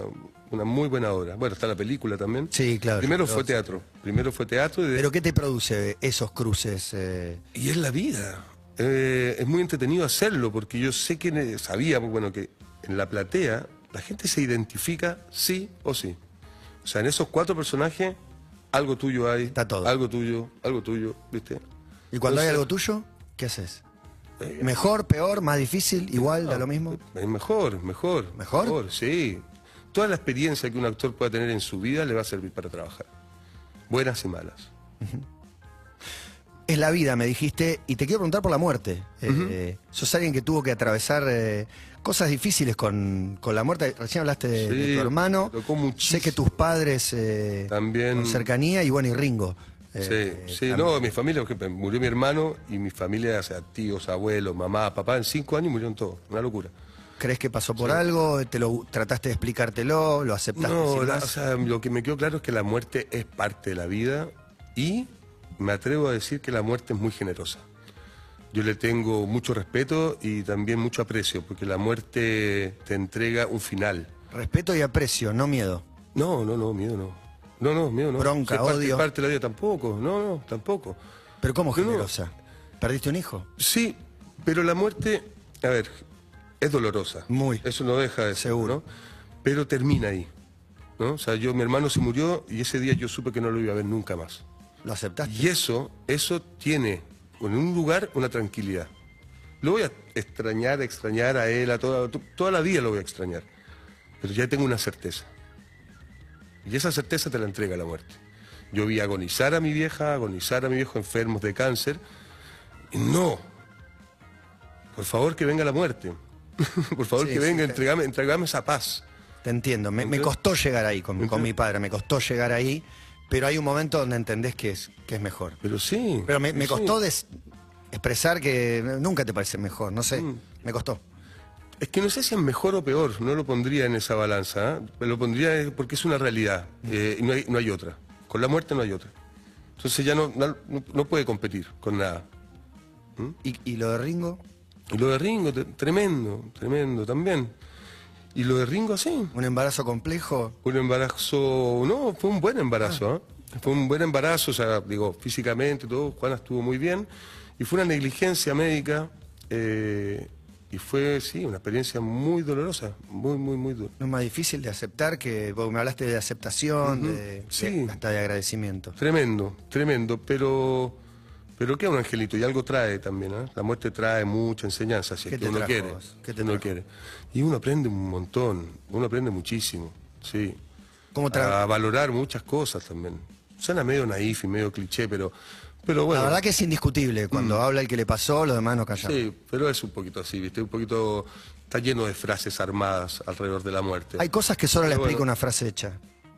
Speaker 2: una muy buena obra. Bueno, está la película también.
Speaker 3: Sí, claro.
Speaker 2: Primero fue
Speaker 3: Pero-
Speaker 2: teatro. Primero fue teatro y de-
Speaker 3: ¿Pero qué te produce esos cruces? eh?
Speaker 2: Y es la vida. Eh, es muy entretenido hacerlo porque yo sé que ne- sabía, pues, bueno, que en la platea la gente se identifica sí o sí. O sea, en esos cuatro personajes algo tuyo hay,
Speaker 3: Está todo.
Speaker 2: algo tuyo, algo tuyo, ¿viste?
Speaker 3: ¿Y cuando hay
Speaker 2: Entonces-
Speaker 3: algo tuyo, qué haces?
Speaker 2: Eh,
Speaker 3: ¿Mejor, peor, más difícil, igual, da lo mismo?
Speaker 2: Es mejor, mejor.
Speaker 3: ¿Mejor?
Speaker 2: sí. Toda la experiencia que un actor pueda tener en su vida le va a servir para trabajar. Buenas y malas.
Speaker 3: Es la vida, me dijiste, y te quiero preguntar por la muerte. Eh, sos alguien que tuvo que atravesar eh, cosas difíciles con, con la muerte. Recién hablaste de, de
Speaker 2: Sí,
Speaker 3: tu hermano.
Speaker 2: me tocó muchísimo.
Speaker 3: Sé que tus padres eh,
Speaker 2: También-
Speaker 3: con cercanía y bueno, y Ringo. eh,
Speaker 2: Sí, sí,
Speaker 3: también.
Speaker 2: no, mi familia, porque murió mi hermano y mi familia, o sea, tíos, abuelos, mamá, papá, en cinco años murieron todos, una locura.
Speaker 3: ¿Crees que pasó por algo? ¿Te lo trataste de explicártelo? ¿Lo aceptaste?
Speaker 2: No,
Speaker 3: sin
Speaker 2: la-
Speaker 3: más?
Speaker 2: o sea, lo que me quedó claro es que la muerte es parte de la vida y me atrevo a decir que la muerte es muy generosa. Yo le tengo mucho respeto y también mucho aprecio, porque la muerte te entrega un final.
Speaker 3: Respeto y aprecio, no miedo.
Speaker 2: No, no, no, miedo no. No, no, miedo no.
Speaker 3: Bronca,
Speaker 2: Es parte-
Speaker 3: odio.
Speaker 2: es parte de la vida tampoco, no, no, tampoco.
Speaker 3: Pero ¿cómo
Speaker 2: No, no.
Speaker 3: generosa? ¿Perdiste un hijo?
Speaker 2: Sí, pero la muerte, a ver, es dolorosa.
Speaker 3: Muy.
Speaker 2: Eso no deja de ser,
Speaker 3: Seguro.
Speaker 2: ¿no? Pero termina ahí. ¿no? O sea, yo, mi hermano se murió y ese día yo supe que no lo iba a ver nunca más.
Speaker 3: ¿Lo aceptaste?
Speaker 2: Y eso, eso tiene en un lugar una tranquilidad. Lo voy a extrañar, a extrañar a él, a toda, to- toda la vida lo voy a extrañar. Pero ya tengo una certeza. Y esa certeza te la entrega la muerte. Yo vi agonizar a mi vieja, agonizar a mi viejo enfermos de cáncer. Y no. Por favor que venga la muerte. [laughs] Por favor
Speaker 3: Sí,
Speaker 2: que
Speaker 3: sí,
Speaker 2: venga,
Speaker 3: te-
Speaker 2: entregame, entregame esa paz.
Speaker 3: Te entiendo. Me, me
Speaker 2: ¿Entiendes?
Speaker 3: costó llegar ahí con, con
Speaker 2: ¿Entiendes?
Speaker 3: mi padre, me costó llegar ahí, pero hay un momento donde entendés que es, que es mejor.
Speaker 2: Pero sí.
Speaker 3: Pero me, me
Speaker 2: sí.
Speaker 3: costó des- expresar que nunca te parece mejor, no sé.
Speaker 2: Mm.
Speaker 3: Me costó.
Speaker 2: Es que no sé si es mejor o peor, no lo pondría en esa balanza, ¿eh? lo pondría eh, porque es una realidad eh, y no hay, no hay otra. Con la muerte no hay otra. Entonces ya no, no, no puede competir con nada.
Speaker 3: ¿Y, y lo de Ringo?
Speaker 2: Y lo de Ringo, te- tremendo, tremendo también. Y lo de Ringo así,
Speaker 3: ¿Un embarazo complejo?
Speaker 2: un embarazo, no, fue un buen embarazo, ¿eh? fue un buen embarazo, o sea, digo, físicamente, todo, Juana estuvo muy bien, y fue una negligencia médica, eh, y fue, sí, una experiencia muy dolorosa, muy, muy, muy dura.
Speaker 3: ¿No es más difícil de aceptar que vos me hablaste de aceptación, de- de,
Speaker 2: sí.
Speaker 3: hasta de agradecimiento?
Speaker 2: Tremendo, tremendo, pero pero queda un angelito y algo trae también, ¿eh? La muerte trae mucha enseñanza, si es que
Speaker 3: ¿Qué te
Speaker 2: uno
Speaker 3: trajo
Speaker 2: quiere.
Speaker 3: vos? ¿Qué
Speaker 2: si
Speaker 3: te
Speaker 2: uno
Speaker 3: trajo?
Speaker 2: quiere. Y uno aprende un montón, uno aprende muchísimo, sí.
Speaker 3: ¿Cómo tra-
Speaker 2: A valorar muchas cosas también. Suena medio naif y medio cliché, pero pero bueno. Mm.
Speaker 3: La verdad que es indiscutible. Cuando habla el que le pasó, los demás nos callamos.
Speaker 2: Sí, pero es un poquito así, ¿viste? Un poquito está lleno de frases armadas alrededor de la muerte.
Speaker 3: Hay cosas que solo la
Speaker 2: Pero
Speaker 3: explica
Speaker 2: bueno.
Speaker 3: una frase hecha,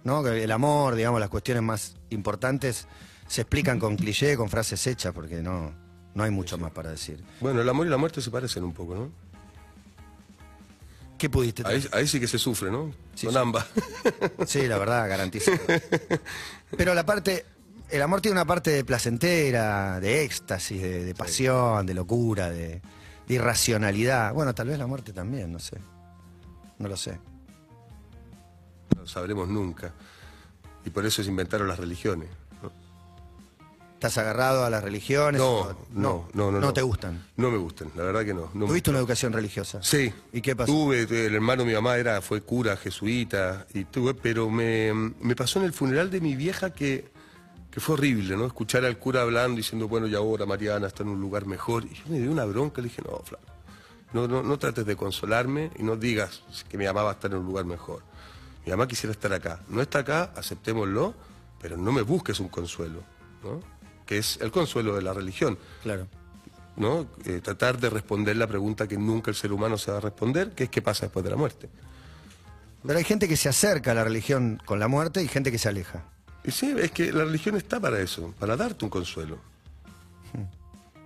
Speaker 3: ¿no? Que El amor, digamos, las cuestiones más importantes se explican con cliché, con frases hechas, porque no, no hay mucho más para decir.
Speaker 2: Bueno, el amor y la muerte se parecen un poco, ¿no?
Speaker 3: ¿Qué pudiste
Speaker 2: Ahí,
Speaker 3: traer?
Speaker 2: ahí sí que se sufre, ¿no?
Speaker 3: Sí,
Speaker 2: Son
Speaker 3: sí.
Speaker 2: ambas.
Speaker 3: Sí, la verdad, garantizado. Pero la parte, el amor tiene una parte de placentera, de éxtasis, de, de pasión, de locura, de, de irracionalidad. Bueno, tal vez la muerte también, no sé. No lo sé.
Speaker 2: No lo sabremos nunca. Y por eso se inventaron las religiones. ¿no?
Speaker 3: ¿Estás agarrado a las religiones?
Speaker 2: No,
Speaker 3: o-
Speaker 2: no, no, no,
Speaker 3: No
Speaker 2: no.
Speaker 3: te gustan.
Speaker 2: No me gustan, la verdad que no. no me-
Speaker 3: ¿Tuviste una educación religiosa?
Speaker 2: Sí. Uh.
Speaker 3: ¿Y qué pasó?
Speaker 2: Tuve, tuve- el hermano de mi mamá era, fue cura, jesuita, y tuve, pero me, me pasó en el funeral de mi vieja que, que fue horrible, ¿no? Escuchar al cura hablando, diciendo, bueno, y ahora Mariana está en un lugar mejor. Y yo me dio una bronca, le dije, no, flaco, no, no, no trates de consolarme y no digas que mi mamá va a estar en un lugar mejor. mi mamá quisiera estar acá. No está acá, aceptémoslo, pero no me busques un consuelo, ¿no? que es el consuelo de la religión.
Speaker 3: Claro.
Speaker 2: ¿no? Eh, tratar de responder la pregunta que nunca el ser humano se va a responder, que es qué pasa después de la muerte.
Speaker 3: Pero hay gente que se acerca a la religión con la muerte y gente que se aleja.
Speaker 2: Y sí, es que la religión está para eso, para darte un consuelo.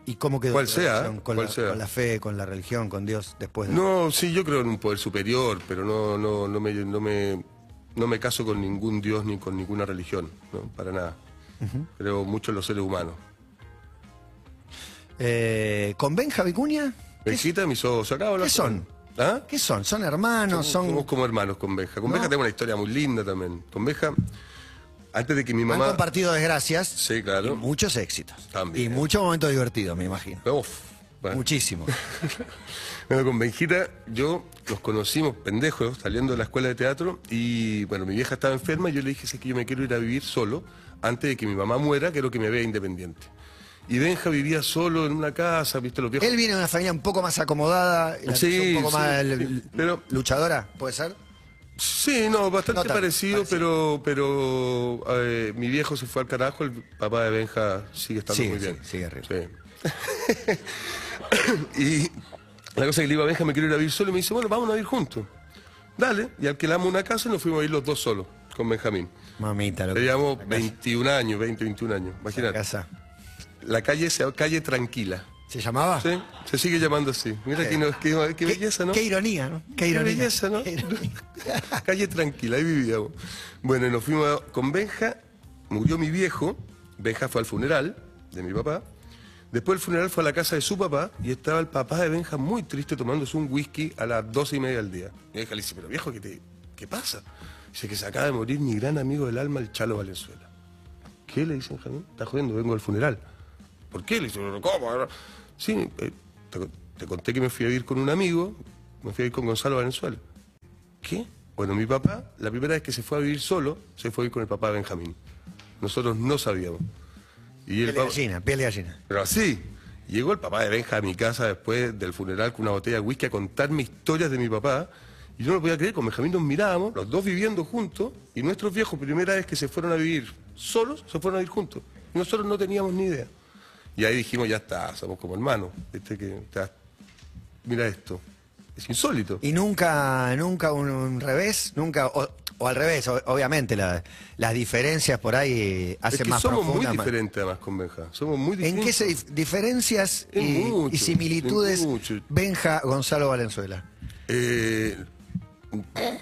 Speaker 3: ¿Y cómo quedó
Speaker 2: Cual
Speaker 3: tu
Speaker 2: sea,
Speaker 3: relación con,
Speaker 2: cual
Speaker 3: la,
Speaker 2: sea.
Speaker 3: con la fe, con la religión, con Dios después de...
Speaker 2: No, sí, yo creo en un poder superior, pero no, no, no, me, no, me, no me caso con ningún dios ni con ninguna religión, no, para nada. Creo mucho en los seres humanos.
Speaker 3: Eh, ¿Con Benja Vicuña? ¿Qué,
Speaker 2: Benjita, mis ojos, acá hablo-
Speaker 3: qué son?
Speaker 2: ¿Ah?
Speaker 3: ¿Qué son? ¿Son
Speaker 2: Somos-
Speaker 3: hermanos? ¿Son
Speaker 2: Somos como hermanos con Benja. Con
Speaker 3: No.
Speaker 2: Benja tengo una historia muy linda también. Con Benja, antes de que mi
Speaker 3: han
Speaker 2: mamá...
Speaker 3: compartido desgracias?
Speaker 2: Sí, claro.
Speaker 3: Y muchos éxitos.
Speaker 2: También. Ah.
Speaker 3: Y muchos momentos divertidos, me imagino.
Speaker 2: Uf, bueno. [laughs]
Speaker 3: Muchísimos.
Speaker 2: Bueno, con Benjita yo los conocimos pendejos saliendo de la escuela de teatro y bueno, mi vieja estaba enferma y yo le dije, "Si es que yo me quiero ir a vivir solo antes de que mi mamá muera, quiero que me vea independiente. Y Benja vivía solo en una casa, viste los viejos.
Speaker 3: Él viene de una familia un poco más acomodada, la
Speaker 2: Sí,
Speaker 3: tuya un poco
Speaker 2: sí,
Speaker 3: más
Speaker 2: sí.
Speaker 3: l-
Speaker 2: Pero-
Speaker 3: luchadora, ¿puede ser?
Speaker 2: Sí, no, bastante
Speaker 3: No tanto,
Speaker 2: parecido, pero pero eh, mi viejo se fue al carajo, el papá de Benja sigue estando
Speaker 3: Sigue,
Speaker 2: muy bien.
Speaker 3: sí, sigue arriba.
Speaker 2: Sí. [laughs] y la cosa es que le digo a Benja, me quiero ir a vivir solo, y me dice, bueno, vamos a vivir juntos. Dale, y alquilamos una casa y nos fuimos a ir los dos solos, con Benjamín.
Speaker 3: Mamita, lo
Speaker 2: Le
Speaker 3: que
Speaker 2: llevamos
Speaker 3: la casa,
Speaker 2: 21 años, 20, 21 años,
Speaker 3: la
Speaker 2: imagínate.
Speaker 3: casa.
Speaker 2: La calle se calle tranquila,
Speaker 3: ¿Se llamaba?
Speaker 2: ¿sí? Se sigue llamando así. Mira
Speaker 3: Sí.
Speaker 2: que, no- que- que belleza, ¿no?
Speaker 3: Qué ironía, ¿no? Qué ironía.
Speaker 2: belleza,
Speaker 3: [laughs]
Speaker 2: ¿no?
Speaker 3: Qué ironía.
Speaker 2: [laughs] Calle tranquila, ahí vivíamos. Bueno, y nos fuimos a- con Benja, murió mi viejo, Benja fue al funeral de mi papá, después el funeral fue a la casa de su papá y estaba el papá de Benja muy triste tomándose un whisky a las doce y media del día. Mi vieja le dice, pero viejo, ¿qué, te, qué pasa? Dice que se acaba de morir mi gran amigo del alma, el Chalo Valenzuela. ¿Qué le dicen, Jamín? Está jodiendo, vengo al funeral. ¿Por qué? Le dicen, "Pero, ¿cómo? Sí, eh, te, te conté que me fui a vivir con un amigo, me fui a ir con Gonzalo Valenzuela. ¿Qué? Bueno, mi papá, la primera vez que se fue a vivir solo, se fue a vivir con el papá de Benjamín. Nosotros no sabíamos. Y
Speaker 3: Piel
Speaker 2: el
Speaker 3: de
Speaker 2: papá,
Speaker 3: gallina, piel de gallina.
Speaker 2: pero así, llegó el papá de Benja a mi casa después del funeral con una botella de whisky a contarme historias de mi papá. Y yo no lo podía creer, con Benjamín nos mirábamos, los dos viviendo juntos, y nuestros viejos, primera vez que se fueron a vivir solos, se fueron a vivir juntos. Y nosotros no teníamos ni idea. Y ahí dijimos, ya está, somos como hermanos. ¿viste? Que, está- mira esto, es insólito.
Speaker 3: Y nunca, nunca un, un revés, nunca, o, o al revés, o- obviamente la- las diferencias por ahí hacen
Speaker 2: Es que
Speaker 3: más
Speaker 2: somos muy
Speaker 3: profundas. más-
Speaker 2: diferentes además con Benja, somos muy
Speaker 3: ¿En
Speaker 2: distintos.
Speaker 3: qué se dif- diferencias y,
Speaker 2: En mucho,
Speaker 3: y similitudes
Speaker 2: en mucho.
Speaker 3: Benja Gonzalo Valenzuela? [laughs]
Speaker 2: Eh,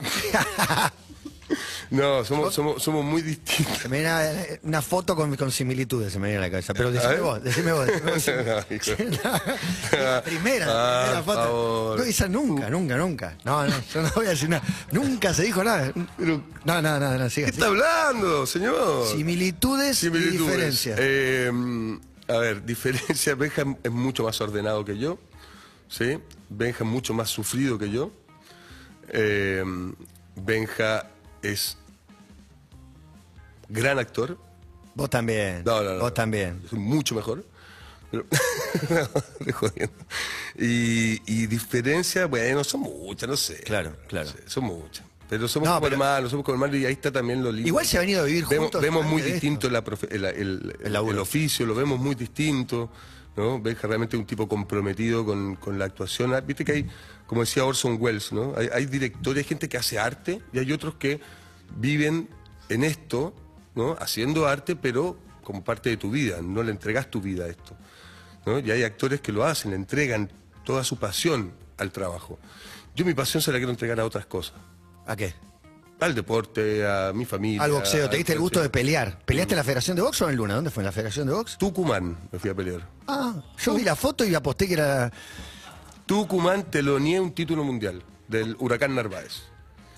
Speaker 2: no, somos, somos, somos muy distintos.
Speaker 3: Se me viene a- una foto con, con similitudes, se me viene a la cabeza. Pero decime
Speaker 2: ver.
Speaker 3: vos, decime vos. decime vos.
Speaker 2: [laughs]
Speaker 3: [laughs]
Speaker 2: Ah,
Speaker 3: La primera, la primera
Speaker 2: por
Speaker 3: foto.
Speaker 2: favor.
Speaker 3: No, esa nunca, nunca, nunca. No, no, yo no voy a decir nada. Nunca se dijo nada.
Speaker 2: Pero-
Speaker 3: No, no, no, no, siga,
Speaker 2: ¿Qué está
Speaker 3: siga.
Speaker 2: hablando, señor?
Speaker 3: Similitudes, y diferencias.
Speaker 2: Eh, a ver, [laughs] diferencia, Benja es mucho más ordenado que yo, ¿sí? Benja es mucho más sufrido que yo. Eh, Benja es gran actor,
Speaker 3: Vos también.
Speaker 2: No, no, no.
Speaker 3: Vos también.
Speaker 2: es mucho mejor. Pero- [laughs] Estoy jodiendo. Y, y diferencias, bueno, son muchas, no sé.
Speaker 3: Claro, claro.
Speaker 2: No sé, son muchas. Pero somos
Speaker 3: No,
Speaker 2: como
Speaker 3: pero-
Speaker 2: hermanos, somos como hermanos y ahí está también lo lindo.
Speaker 3: Igual se ha venido a vivir
Speaker 2: Vemos,
Speaker 3: juntos.
Speaker 2: vemos muy
Speaker 3: antes de
Speaker 2: distinto la profe- el, el-
Speaker 3: El laburo.
Speaker 2: el oficio, lo vemos muy distinto. ¿no? Ves que realmente es un tipo comprometido con, con la actuación. Ah, Viste que hay, como decía Orson Welles, ¿no? hay, hay directores, hay gente que hace arte y hay otros que viven en esto, ¿no? haciendo arte, pero como parte de tu vida. No le entregas tu vida a esto. ¿no? Y hay actores que lo hacen, le entregan toda su pasión al trabajo. Yo mi pasión se la quiero entregar a otras cosas.
Speaker 3: esto. ¿A qué?
Speaker 2: Al deporte, a mi familia.
Speaker 3: Al boxeo. ¿Te diste el gusto
Speaker 2: boxeo.
Speaker 3: de pelear? ¿Peleaste en la Federación de Box o en Luna? ¿Dónde fue? ¿En la Federación de Box?
Speaker 2: Tucumán me fui a pelear.
Speaker 3: Ah, yo
Speaker 2: Uh.
Speaker 3: vi la foto y aposté que era
Speaker 2: Tucumán teloneé un título mundial del Huracán Narváez.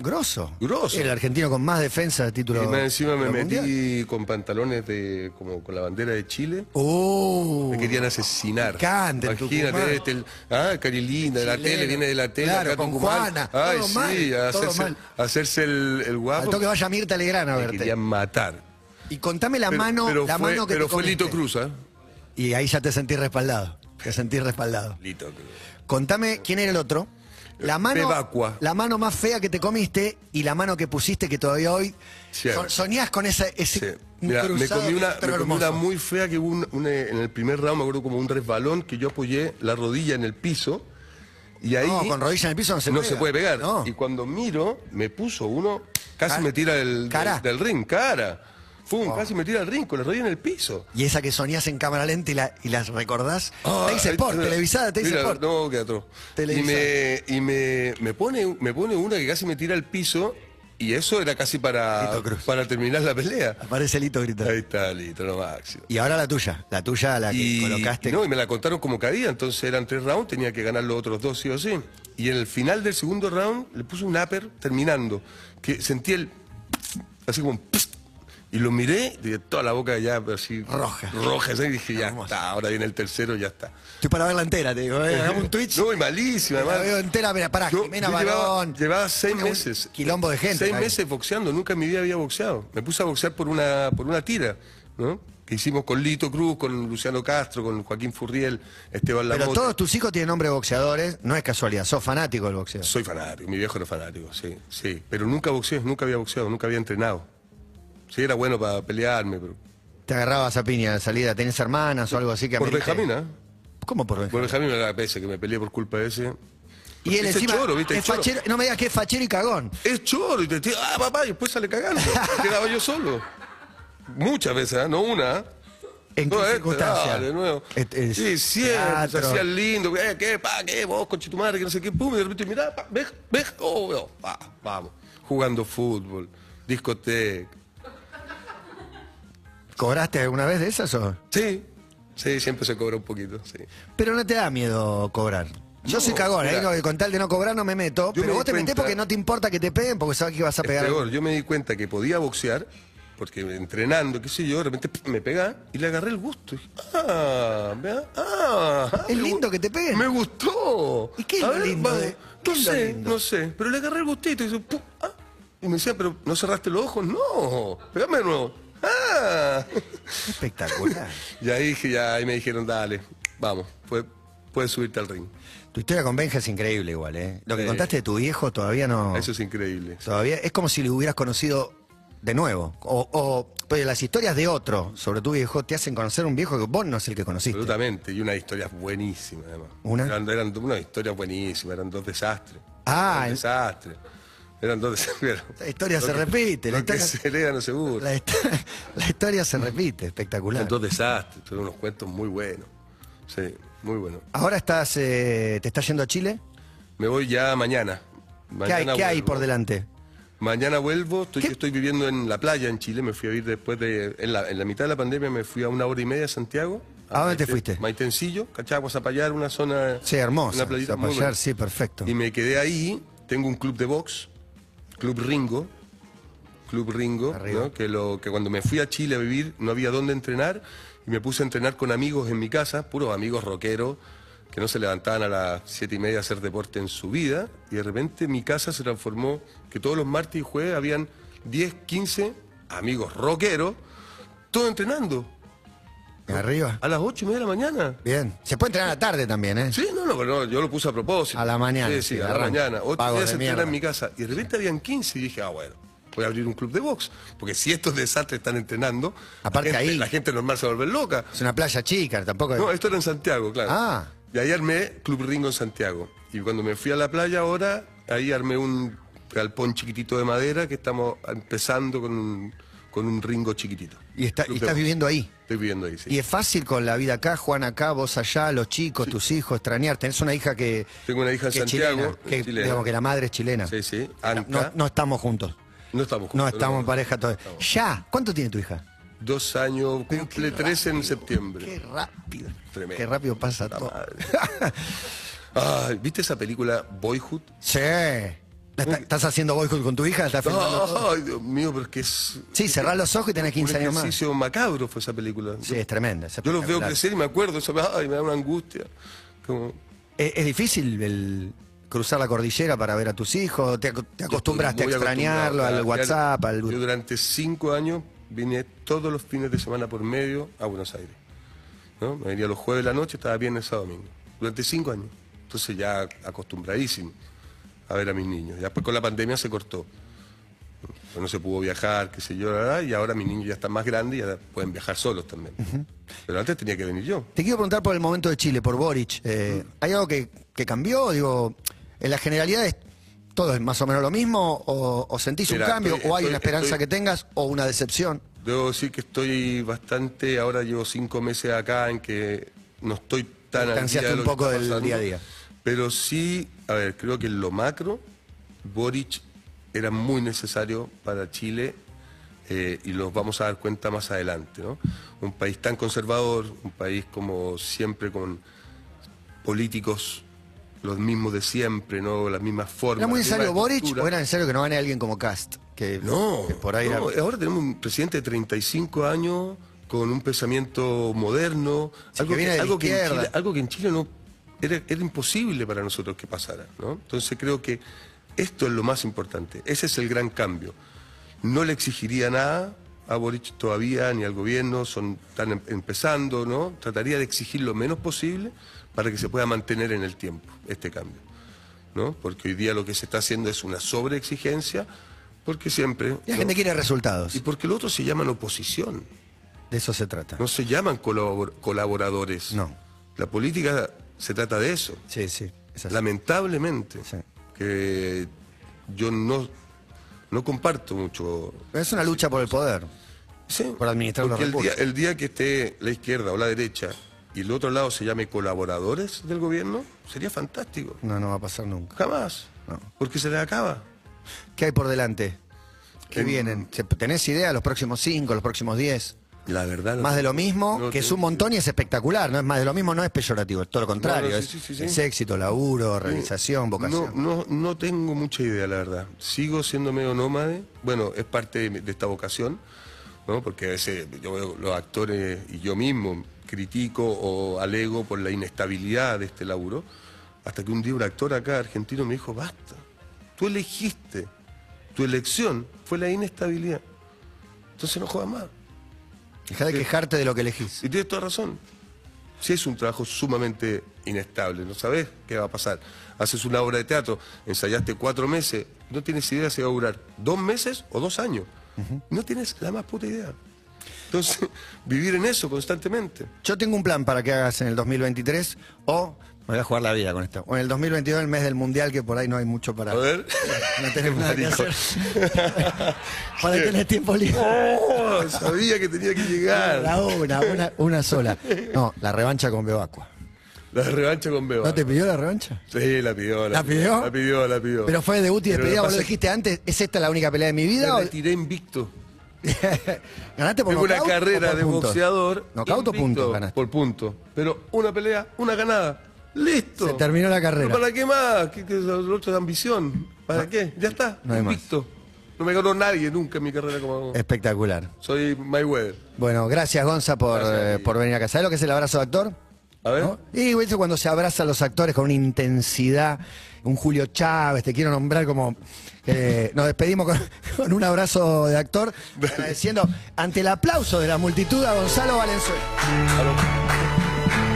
Speaker 3: grosso.
Speaker 2: Grosso.
Speaker 3: Era el argentino con más defensa de título.
Speaker 2: y más encima me
Speaker 3: título
Speaker 2: metí
Speaker 3: mundial.
Speaker 2: con pantalones de como con la bandera de Chile.
Speaker 3: ¡Oh!
Speaker 2: Me querían asesinar.
Speaker 3: picante el Tucumán.
Speaker 2: Imagínate, tel- ah, Carilinda, de la
Speaker 3: Chileno.
Speaker 2: tele, viene de la tele.
Speaker 3: Claro,
Speaker 2: acá
Speaker 3: con
Speaker 2: Tucumán.
Speaker 3: Juana,
Speaker 2: Ay,
Speaker 3: todo
Speaker 2: sí,
Speaker 3: mal, todo
Speaker 2: hacerse,
Speaker 3: mal.
Speaker 2: hacerse el, el
Speaker 3: Al
Speaker 2: guapo.
Speaker 3: toque vaya Mirta Legrán a
Speaker 2: me
Speaker 3: verte.
Speaker 2: querían matar.
Speaker 3: Y contame la
Speaker 2: Pero-
Speaker 3: mano,
Speaker 2: pero
Speaker 3: la
Speaker 2: fue,
Speaker 3: mano que
Speaker 2: pero
Speaker 3: te
Speaker 2: fue Lito Cruz,
Speaker 3: comiste.
Speaker 2: ¿ah?
Speaker 3: Y ahí ya te sentí respaldado. Te sentí respaldado.
Speaker 2: Lito Cruz.
Speaker 3: Contame quién era el otro. la mano,
Speaker 2: Bebacua.
Speaker 3: la mano más fea que te comiste y la mano que pusiste que todavía hoy
Speaker 2: Sí.
Speaker 3: so- soñás con esa, ese
Speaker 2: Sí. Mira, me
Speaker 3: cruzado
Speaker 2: comí,
Speaker 3: que
Speaker 2: una,
Speaker 3: es tan
Speaker 2: me comí una
Speaker 3: hermoso.
Speaker 2: muy fea que hubo un- un, eh, en el primer round, me acuerdo como un resbalón que yo apoyé la rodilla en el piso y ahí
Speaker 3: No, con rodilla en el piso no se
Speaker 2: no
Speaker 3: pega.
Speaker 2: se puede pegar.
Speaker 3: No.
Speaker 2: Y cuando miro, me puso uno, casi
Speaker 3: Ca-
Speaker 2: me tira del, del-
Speaker 3: cara.
Speaker 2: del ring, cara. Fum, casi me tira del ring con la rodilla en el piso.
Speaker 3: Y esa que soñás en cámara lenta y, la, y las recordás.
Speaker 2: Ah,
Speaker 3: te dice
Speaker 2: ahí-
Speaker 3: Sport, televisada, te dice
Speaker 2: mira,
Speaker 3: Sport.
Speaker 2: No, qué atroz. Y,
Speaker 3: Televisada.
Speaker 2: me, y me, me pone, me pone una que casi me tira al piso y eso era casi para,
Speaker 3: Lito Cruz.
Speaker 2: para terminar la pelea.
Speaker 3: Aparece Lito gritando.
Speaker 2: Ahí está, Lito, lo máximo.
Speaker 3: Y ahora la tuya, la tuya, la que colocaste.
Speaker 2: y no, y me la contaron como caía, entonces eran tres rounds, tenía que ganar los otros dos sí o sí. Y en el final del segundo round le puse un upper terminando, que sentí el así como un y lo miré y de toda la boca ya así
Speaker 3: Roja.
Speaker 2: roja, así, y dije, ya
Speaker 3: Hermoso.
Speaker 2: está, ahora viene el tercero, ya está.
Speaker 3: Estoy para verla entera, te digo. eh,
Speaker 2: [laughs]
Speaker 3: hagamos un Twitch.
Speaker 2: No, y malísimo,
Speaker 3: la
Speaker 2: además.
Speaker 3: veo entera, mira, pará,
Speaker 2: Yo-
Speaker 3: Jimena
Speaker 2: yo llevaba,
Speaker 3: Barón.
Speaker 2: llevaba seis
Speaker 3: Un
Speaker 2: meses.
Speaker 3: quilombo de gente,
Speaker 2: Seis
Speaker 3: ahí.
Speaker 2: meses boxeando, nunca en mi vida había boxeado. Me puse a boxear por una, por una tira, ¿no? Que hicimos con Lito Cruz, con Luciano Castro, con Joaquín Furriel, Esteban
Speaker 3: Pero
Speaker 2: Lamote.
Speaker 3: todos tus hijos tienen nombre de boxeadores, no es casualidad, sos fanático del boxeo.
Speaker 2: Soy fanático, mi viejo era fanático, sí, sí. Pero nunca boxeé, nunca había boxeado, nunca había entrenado. Sí, era bueno para pelearme, pero.
Speaker 3: Te agarrabas a piña de salida, tenés hermanas o algo así que
Speaker 2: Por
Speaker 3: amerite-
Speaker 2: Benjamín, ¿eh?
Speaker 3: ¿Cómo por
Speaker 2: Por
Speaker 3: Benjamín?
Speaker 2: Benjamín me la pese, que me peleé por culpa de ese.
Speaker 3: Y él
Speaker 2: Ese
Speaker 3: encima
Speaker 2: choro, ¿viste?
Speaker 3: es
Speaker 2: El choro.
Speaker 3: fachero, no me digas que es fachero y cagón.
Speaker 2: Es choro, y te tira, ah, papá, y después sale cagando.
Speaker 3: [laughs]
Speaker 2: Quedaba yo solo. Muchas veces, ¿ah? no una. ¿ah?
Speaker 3: ¿En qué
Speaker 2: No, este,
Speaker 3: circunstancia?
Speaker 2: dale, de nuevo.
Speaker 3: Este, es
Speaker 2: sí, siempre se
Speaker 3: teatro.
Speaker 2: hacía lindo. Eh, ¿Qué, pa, qué, vos, con tu madre, que no sé qué, pum, y de repente, mirá, pa, ve, ve, oh, veo, pa, vamos. Jugando fútbol, discoteca.
Speaker 3: ¿Cobraste alguna vez de esas o?
Speaker 2: Sí, sí, siempre se cobra un poquito, sí.
Speaker 3: Pero no te da miedo cobrar. Yo
Speaker 2: No,
Speaker 3: soy cagón, ¿eh?
Speaker 2: mira.
Speaker 3: No, con tal de no cobrar no me meto.
Speaker 2: Yo
Speaker 3: pero
Speaker 2: me
Speaker 3: vos
Speaker 2: di
Speaker 3: te metés
Speaker 2: cuenta-
Speaker 3: porque no te importa que te peguen, porque sabes que vas a
Speaker 2: Es
Speaker 3: pegar.
Speaker 2: peor, yo me di cuenta que podía boxear, porque entrenando, qué sé yo, de repente ¡pip! me pegaba y le agarré el gusto. Y dije, ah, vea, ah, ah,
Speaker 3: Es
Speaker 2: me
Speaker 3: lindo
Speaker 2: gu-
Speaker 3: que te peguen.
Speaker 2: Me gustó.
Speaker 3: ¿Y qué es lo lindo
Speaker 2: vamos,
Speaker 3: de- qué
Speaker 2: No
Speaker 3: es lo
Speaker 2: sé,
Speaker 3: lindo?
Speaker 2: no sé, pero le agarré el gustito y, yo, ¡pum! ah. y me decía, pero ¿no cerraste los ojos? No, pegame de nuevo. Ah. [laughs]
Speaker 3: Espectacular.
Speaker 2: Y ahí dije, ya, ahí me dijeron, dale, vamos, puedes, puedes subirte al ring.
Speaker 3: tu historia con Benja es increíble igual, ¿eh? Lo que
Speaker 2: Sí.
Speaker 3: contaste de tu viejo todavía no.
Speaker 2: Eso es increíble.
Speaker 3: Todavía es como si lo hubieras conocido de nuevo. O, o pues, las historias de otro sobre tu viejo te hacen conocer un viejo que vos no es el que conociste.
Speaker 2: Absolutamente, y unas historias buenísimas además.
Speaker 3: ¿Una?
Speaker 2: Eran, eran unas historias buenísimas, eran dos desastres.
Speaker 3: Ah,
Speaker 2: Eran
Speaker 3: en-
Speaker 2: desastres. Eran dos desastres. [laughs]
Speaker 3: La historia se
Speaker 2: Lo que-
Speaker 3: repite, la
Speaker 2: Lo que
Speaker 3: historia-
Speaker 2: se hereda no se busca.
Speaker 3: La, histo- [laughs] la historia se repite, espectacular.
Speaker 2: Eran dos desastres, son unos cuentos muy buenos. Sí, muy buenos.
Speaker 3: Ahora estás, eh, te estás yendo a Chile.
Speaker 2: Me voy ya mañana.
Speaker 3: ¿Qué, hay,
Speaker 2: Mañana
Speaker 3: qué hay
Speaker 2: vuelvo.
Speaker 3: por delante?
Speaker 2: Mañana vuelvo, estoy,
Speaker 3: ¿Qué?
Speaker 2: yo estoy viviendo en la playa en Chile, me fui a vivir después de... En la, en la mitad de la pandemia me fui a una hora y media a Santiago.
Speaker 3: ¿A dónde te
Speaker 2: Maite-
Speaker 3: fuiste?
Speaker 2: Maitencillo, Cachagua, Zapallar, una zona...
Speaker 3: Sí, hermoso.
Speaker 2: Una playita muy
Speaker 3: Zapallar,
Speaker 2: buena.
Speaker 3: sí, perfecto.
Speaker 2: Y me quedé ahí, tengo un club de box, Club Ringo, Club Ringo,
Speaker 3: Arriba.
Speaker 2: ¿no? que, lo, que cuando me fui a Chile a vivir no había dónde entrenar y me puse a entrenar con amigos en mi casa, puros amigos rockeros que no se levantaban a las siete y media a hacer deporte en su vida y de repente mi casa se transformó, que todos los martes y jueves habían 10, 15 amigos rockeros, todos entrenando
Speaker 3: Arriba.
Speaker 2: a las ocho y media de la mañana.
Speaker 3: Bien. Se puede entrenar a la tarde también, ¿eh?
Speaker 2: Sí, no, no, pero no, yo lo puse a propósito.
Speaker 3: A la mañana,
Speaker 2: Sí, sí,
Speaker 3: sí,
Speaker 2: a la
Speaker 3: arranca.
Speaker 2: mañana. Otro
Speaker 3: Pagos
Speaker 2: día
Speaker 3: de
Speaker 2: se
Speaker 3: mierda.
Speaker 2: entrena en mi casa. Y de repente habían 15 y dije, ah, bueno, voy a abrir un club de box. Porque si estos desastres están entrenando,
Speaker 3: Aparte
Speaker 2: la, gente,
Speaker 3: ahí-
Speaker 2: la gente normal se vuelve loca.
Speaker 3: Es una playa chica, tampoco.
Speaker 2: No, esto era en Santiago, claro.
Speaker 3: Ah.
Speaker 2: Y ahí armé Club Ringo en Santiago. Y cuando me fui a la playa ahora, ahí armé un galpón chiquitito de madera que estamos empezando con un, con un ringo chiquitito.
Speaker 3: y está- y
Speaker 2: Club de
Speaker 3: estás
Speaker 2: box.
Speaker 3: viviendo ahí.
Speaker 2: Estoy viviendo ahí, sí.
Speaker 3: Y es fácil con la vida acá, Juan acá, vos allá, los chicos, tus hijos, extrañar. Tenés una hija que.
Speaker 2: Tengo una hija en
Speaker 3: que es
Speaker 2: Santiago,
Speaker 3: chilena, que,
Speaker 2: chilena.
Speaker 3: Digamos que la madre es chilena.
Speaker 2: Sí, sí.
Speaker 3: No,
Speaker 2: Anca.
Speaker 3: no- no estamos juntos.
Speaker 2: No estamos
Speaker 3: No
Speaker 2: juntos,
Speaker 3: estamos en
Speaker 2: no.
Speaker 3: pareja todavía. Ya. ¿Cuánto tiene tu hija?
Speaker 2: Dos años, cumple tres en septiembre.
Speaker 3: Qué rápido.
Speaker 2: Tremendo.
Speaker 3: Qué rápido pasa todo.
Speaker 2: Ay, ¿Viste esa película Boyhood?
Speaker 3: sí. La está- ¿Estás haciendo boyhood con tu hija? ¿Estás filmando todo?
Speaker 2: Ay, Dios mío, pero es que es
Speaker 3: Sí, cerrás los ojos y tenés
Speaker 2: un
Speaker 3: 15 años más.
Speaker 2: ejercicio macabro fue esa película.
Speaker 3: Sí,
Speaker 2: Yo-
Speaker 3: es tremenda. es
Speaker 2: yo, los veo
Speaker 3: espectacular.
Speaker 2: crecer y me acuerdo, eso me, ay, me da una angustia. Como,
Speaker 3: ¿Es, es difícil el cruzar la cordillera para ver a tus hijos? ¿Te, ac- te acostumbraste a
Speaker 2: yo estoy muy
Speaker 3: extrañarlo, al
Speaker 2: acostumbrado, claro.
Speaker 3: WhatsApp, al...
Speaker 2: Yo durante cinco años vine todos los fines de semana por medio a Buenos Aires. ¿no? Me venía los jueves de la noche, estaba viernes a domingo. Durante cinco años. Entonces ya acostumbradísimo. a ver a mis niños. Ya después con la pandemia se cortó. No se pudo viajar, qué sé yo, la, la, y ahora mis niños ya están más grandes y ya pueden viajar solos también. Pero antes tenía que venir yo.
Speaker 3: Te quiero preguntar por el momento de Chile, por Boric. Eh, ¿Hay algo que, que cambió? Digo, en las generalidades todo es más o menos lo mismo, o, o sentís
Speaker 2: Mira,
Speaker 3: un cambio,
Speaker 2: estoy-
Speaker 3: o hay
Speaker 2: estoy-
Speaker 3: una esperanza
Speaker 2: estoy-
Speaker 3: que tengas, o una decepción.
Speaker 2: Debo decir que estoy bastante, ahora llevo cinco meses acá en que no estoy tan al
Speaker 3: Distanciaste
Speaker 2: día de lo
Speaker 3: un
Speaker 2: que
Speaker 3: poco
Speaker 2: está
Speaker 3: del
Speaker 2: pasando.
Speaker 3: día a día.
Speaker 2: Pero sí, a ver, creo que en lo macro, Boric era muy necesario para Chile eh, y los vamos a dar cuenta más adelante, ¿no? Un país tan conservador, un país como siempre con políticos los mismos de siempre, ¿no? Las mismas formas.
Speaker 3: ¿Era muy
Speaker 2: las mismas
Speaker 3: necesario Boric
Speaker 2: estructuras.
Speaker 3: o era necesario que no gane alguien como Cast? Que,
Speaker 2: No,
Speaker 3: que por ahí
Speaker 2: no,
Speaker 3: era-
Speaker 2: ahora tenemos un presidente de 35 años con un pensamiento moderno,
Speaker 3: Sí,
Speaker 2: algo,
Speaker 3: que
Speaker 2: que,
Speaker 3: viene de la
Speaker 2: algo que en
Speaker 3: izquierda.
Speaker 2: Chile, algo que en Chile no era, era imposible para nosotros que pasara. ¿no? Entonces creo que esto es lo más importante, ese es el gran cambio. No le exigiría nada a Boric todavía ni al gobierno, son están em- empezando, ¿no? Trataría de exigir lo menos posible para que se pueda mantener en el tiempo este cambio. ¿no? Porque hoy día lo que se está haciendo es una sobreexigencia, porque siempre.
Speaker 3: La
Speaker 2: ¿no?
Speaker 3: gente quiere resultados.
Speaker 2: Y porque lo otro se llaman oposición,
Speaker 3: De eso se trata.
Speaker 2: no se llaman colabor- colaboradores.
Speaker 3: No.
Speaker 2: La política se trata de eso.
Speaker 3: Sí, sí. es así.
Speaker 2: Lamentablemente,
Speaker 3: Sí.
Speaker 2: que yo no, no comparto mucho.
Speaker 3: Es una lucha por el poder.
Speaker 2: Sí,
Speaker 3: Por administrar los
Speaker 2: porque el día,
Speaker 3: recursos.
Speaker 2: el día que esté la izquierda o la derecha y el otro lado se llame colaboradores del gobierno, sería fantástico.
Speaker 3: No, no va a pasar nunca.
Speaker 2: Jamás.
Speaker 3: No.
Speaker 2: Porque se les acaba.
Speaker 3: ¿Qué hay por delante? ¿Qué
Speaker 2: En-
Speaker 3: vienen? ¿Se- ¿Tenés idea los próximos cinco, los próximos diez?
Speaker 2: La verdad. no
Speaker 3: Más de lo mismo,
Speaker 2: No
Speaker 3: que es
Speaker 2: tengo
Speaker 3: un montón y es espectacular. No es más de lo mismo, no es peyorativo, es todo lo contrario.
Speaker 2: No, no,
Speaker 3: es,
Speaker 2: sí, sí, sí, sí.
Speaker 3: es éxito, laburo, realización, vocación.
Speaker 2: No, no, no tengo mucha idea, la verdad. Sigo siendo medio nómade. Bueno, es parte de, mi- de esta vocación, ¿no? Porque a veces yo veo los actores y yo mismo critico o alego por la inestabilidad de este laburo. Hasta que un día un actor acá argentino me dijo, basta, tú elegiste, tu elección fue la inestabilidad. Entonces no juegas más.
Speaker 3: Deja de quejarte de lo que elegís.
Speaker 2: Y tienes toda razón. Si es un trabajo sumamente inestable, no sabes qué va a pasar. Haces una obra de teatro, ensayaste cuatro meses, no tienes idea si va a durar dos meses o dos años. No tienes la más puta idea. Entonces, [laughs] vivir en eso constantemente.
Speaker 3: Yo tengo un plan para que hagas en el 2023 o me voy a jugar la vida con esto. O en el 2022, el mes del mundial, que por ahí no hay mucho para.
Speaker 2: A ver.
Speaker 3: [laughs]
Speaker 2: [laughs]
Speaker 3: No tenés nada que
Speaker 2: Marico.
Speaker 3: hacer. [laughs] Para tener tiempo libre.
Speaker 2: Oh, sabía que tenía que llegar.
Speaker 3: La una, una, una sola. No, la revancha con Bebacua.
Speaker 2: La revancha con Beba.
Speaker 3: ¿No te pidió la revancha?
Speaker 2: Sí, la pidió.
Speaker 3: ¿La pidió?
Speaker 2: La pidió, la pidió.
Speaker 3: Pero fue debut y
Speaker 2: Pero
Speaker 3: despedida,
Speaker 2: lo
Speaker 3: vos lo
Speaker 2: pasa-
Speaker 3: dijiste antes, ¿es esta la única pelea de mi
Speaker 2: Me
Speaker 3: vida? o-
Speaker 2: retiré invicto.
Speaker 3: [laughs] ¿Ganaste por
Speaker 2: Tengo una
Speaker 3: nocaut o
Speaker 2: carrera
Speaker 3: por
Speaker 2: de
Speaker 3: puntos?
Speaker 2: boxeador.
Speaker 3: ¿Nocaut o
Speaker 2: invicto,
Speaker 3: puntos ganaste?
Speaker 2: Por punto. Pero una pelea, una ganada. Listo.
Speaker 3: Se terminó la carrera.
Speaker 2: ¿Pero ¿Para qué más? ¿Qué, qué es lo otro de ambición? ¿Para qué? Ya está.
Speaker 3: no hay más.
Speaker 2: invicto. No me ganó nadie nunca en mi carrera como.
Speaker 3: Espectacular.
Speaker 2: Soy Mayweather.
Speaker 3: Bueno, gracias Gonza por,
Speaker 2: Gracias a
Speaker 3: eh,
Speaker 2: ti.
Speaker 3: por venir acá. ¿Sabes lo que es el abrazo de actor?
Speaker 2: A ver.
Speaker 3: ¿No? Y eso cuando se abrazan los actores con una intensidad, un Julio Chávez, te quiero nombrar como... eh, nos despedimos con, [laughs] con un abrazo de actor, agradeciendo ante el aplauso de la multitud a Gonzalo Valenzuela.
Speaker 2: A lo-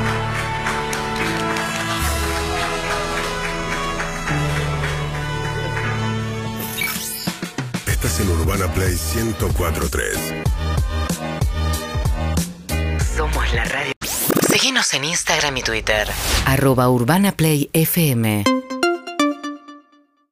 Speaker 1: Estás en Urbana Play 1043.
Speaker 4: Somos la radio.
Speaker 5: Seguinos en Instagram y Twitter.
Speaker 4: Arroba Urbana Play FM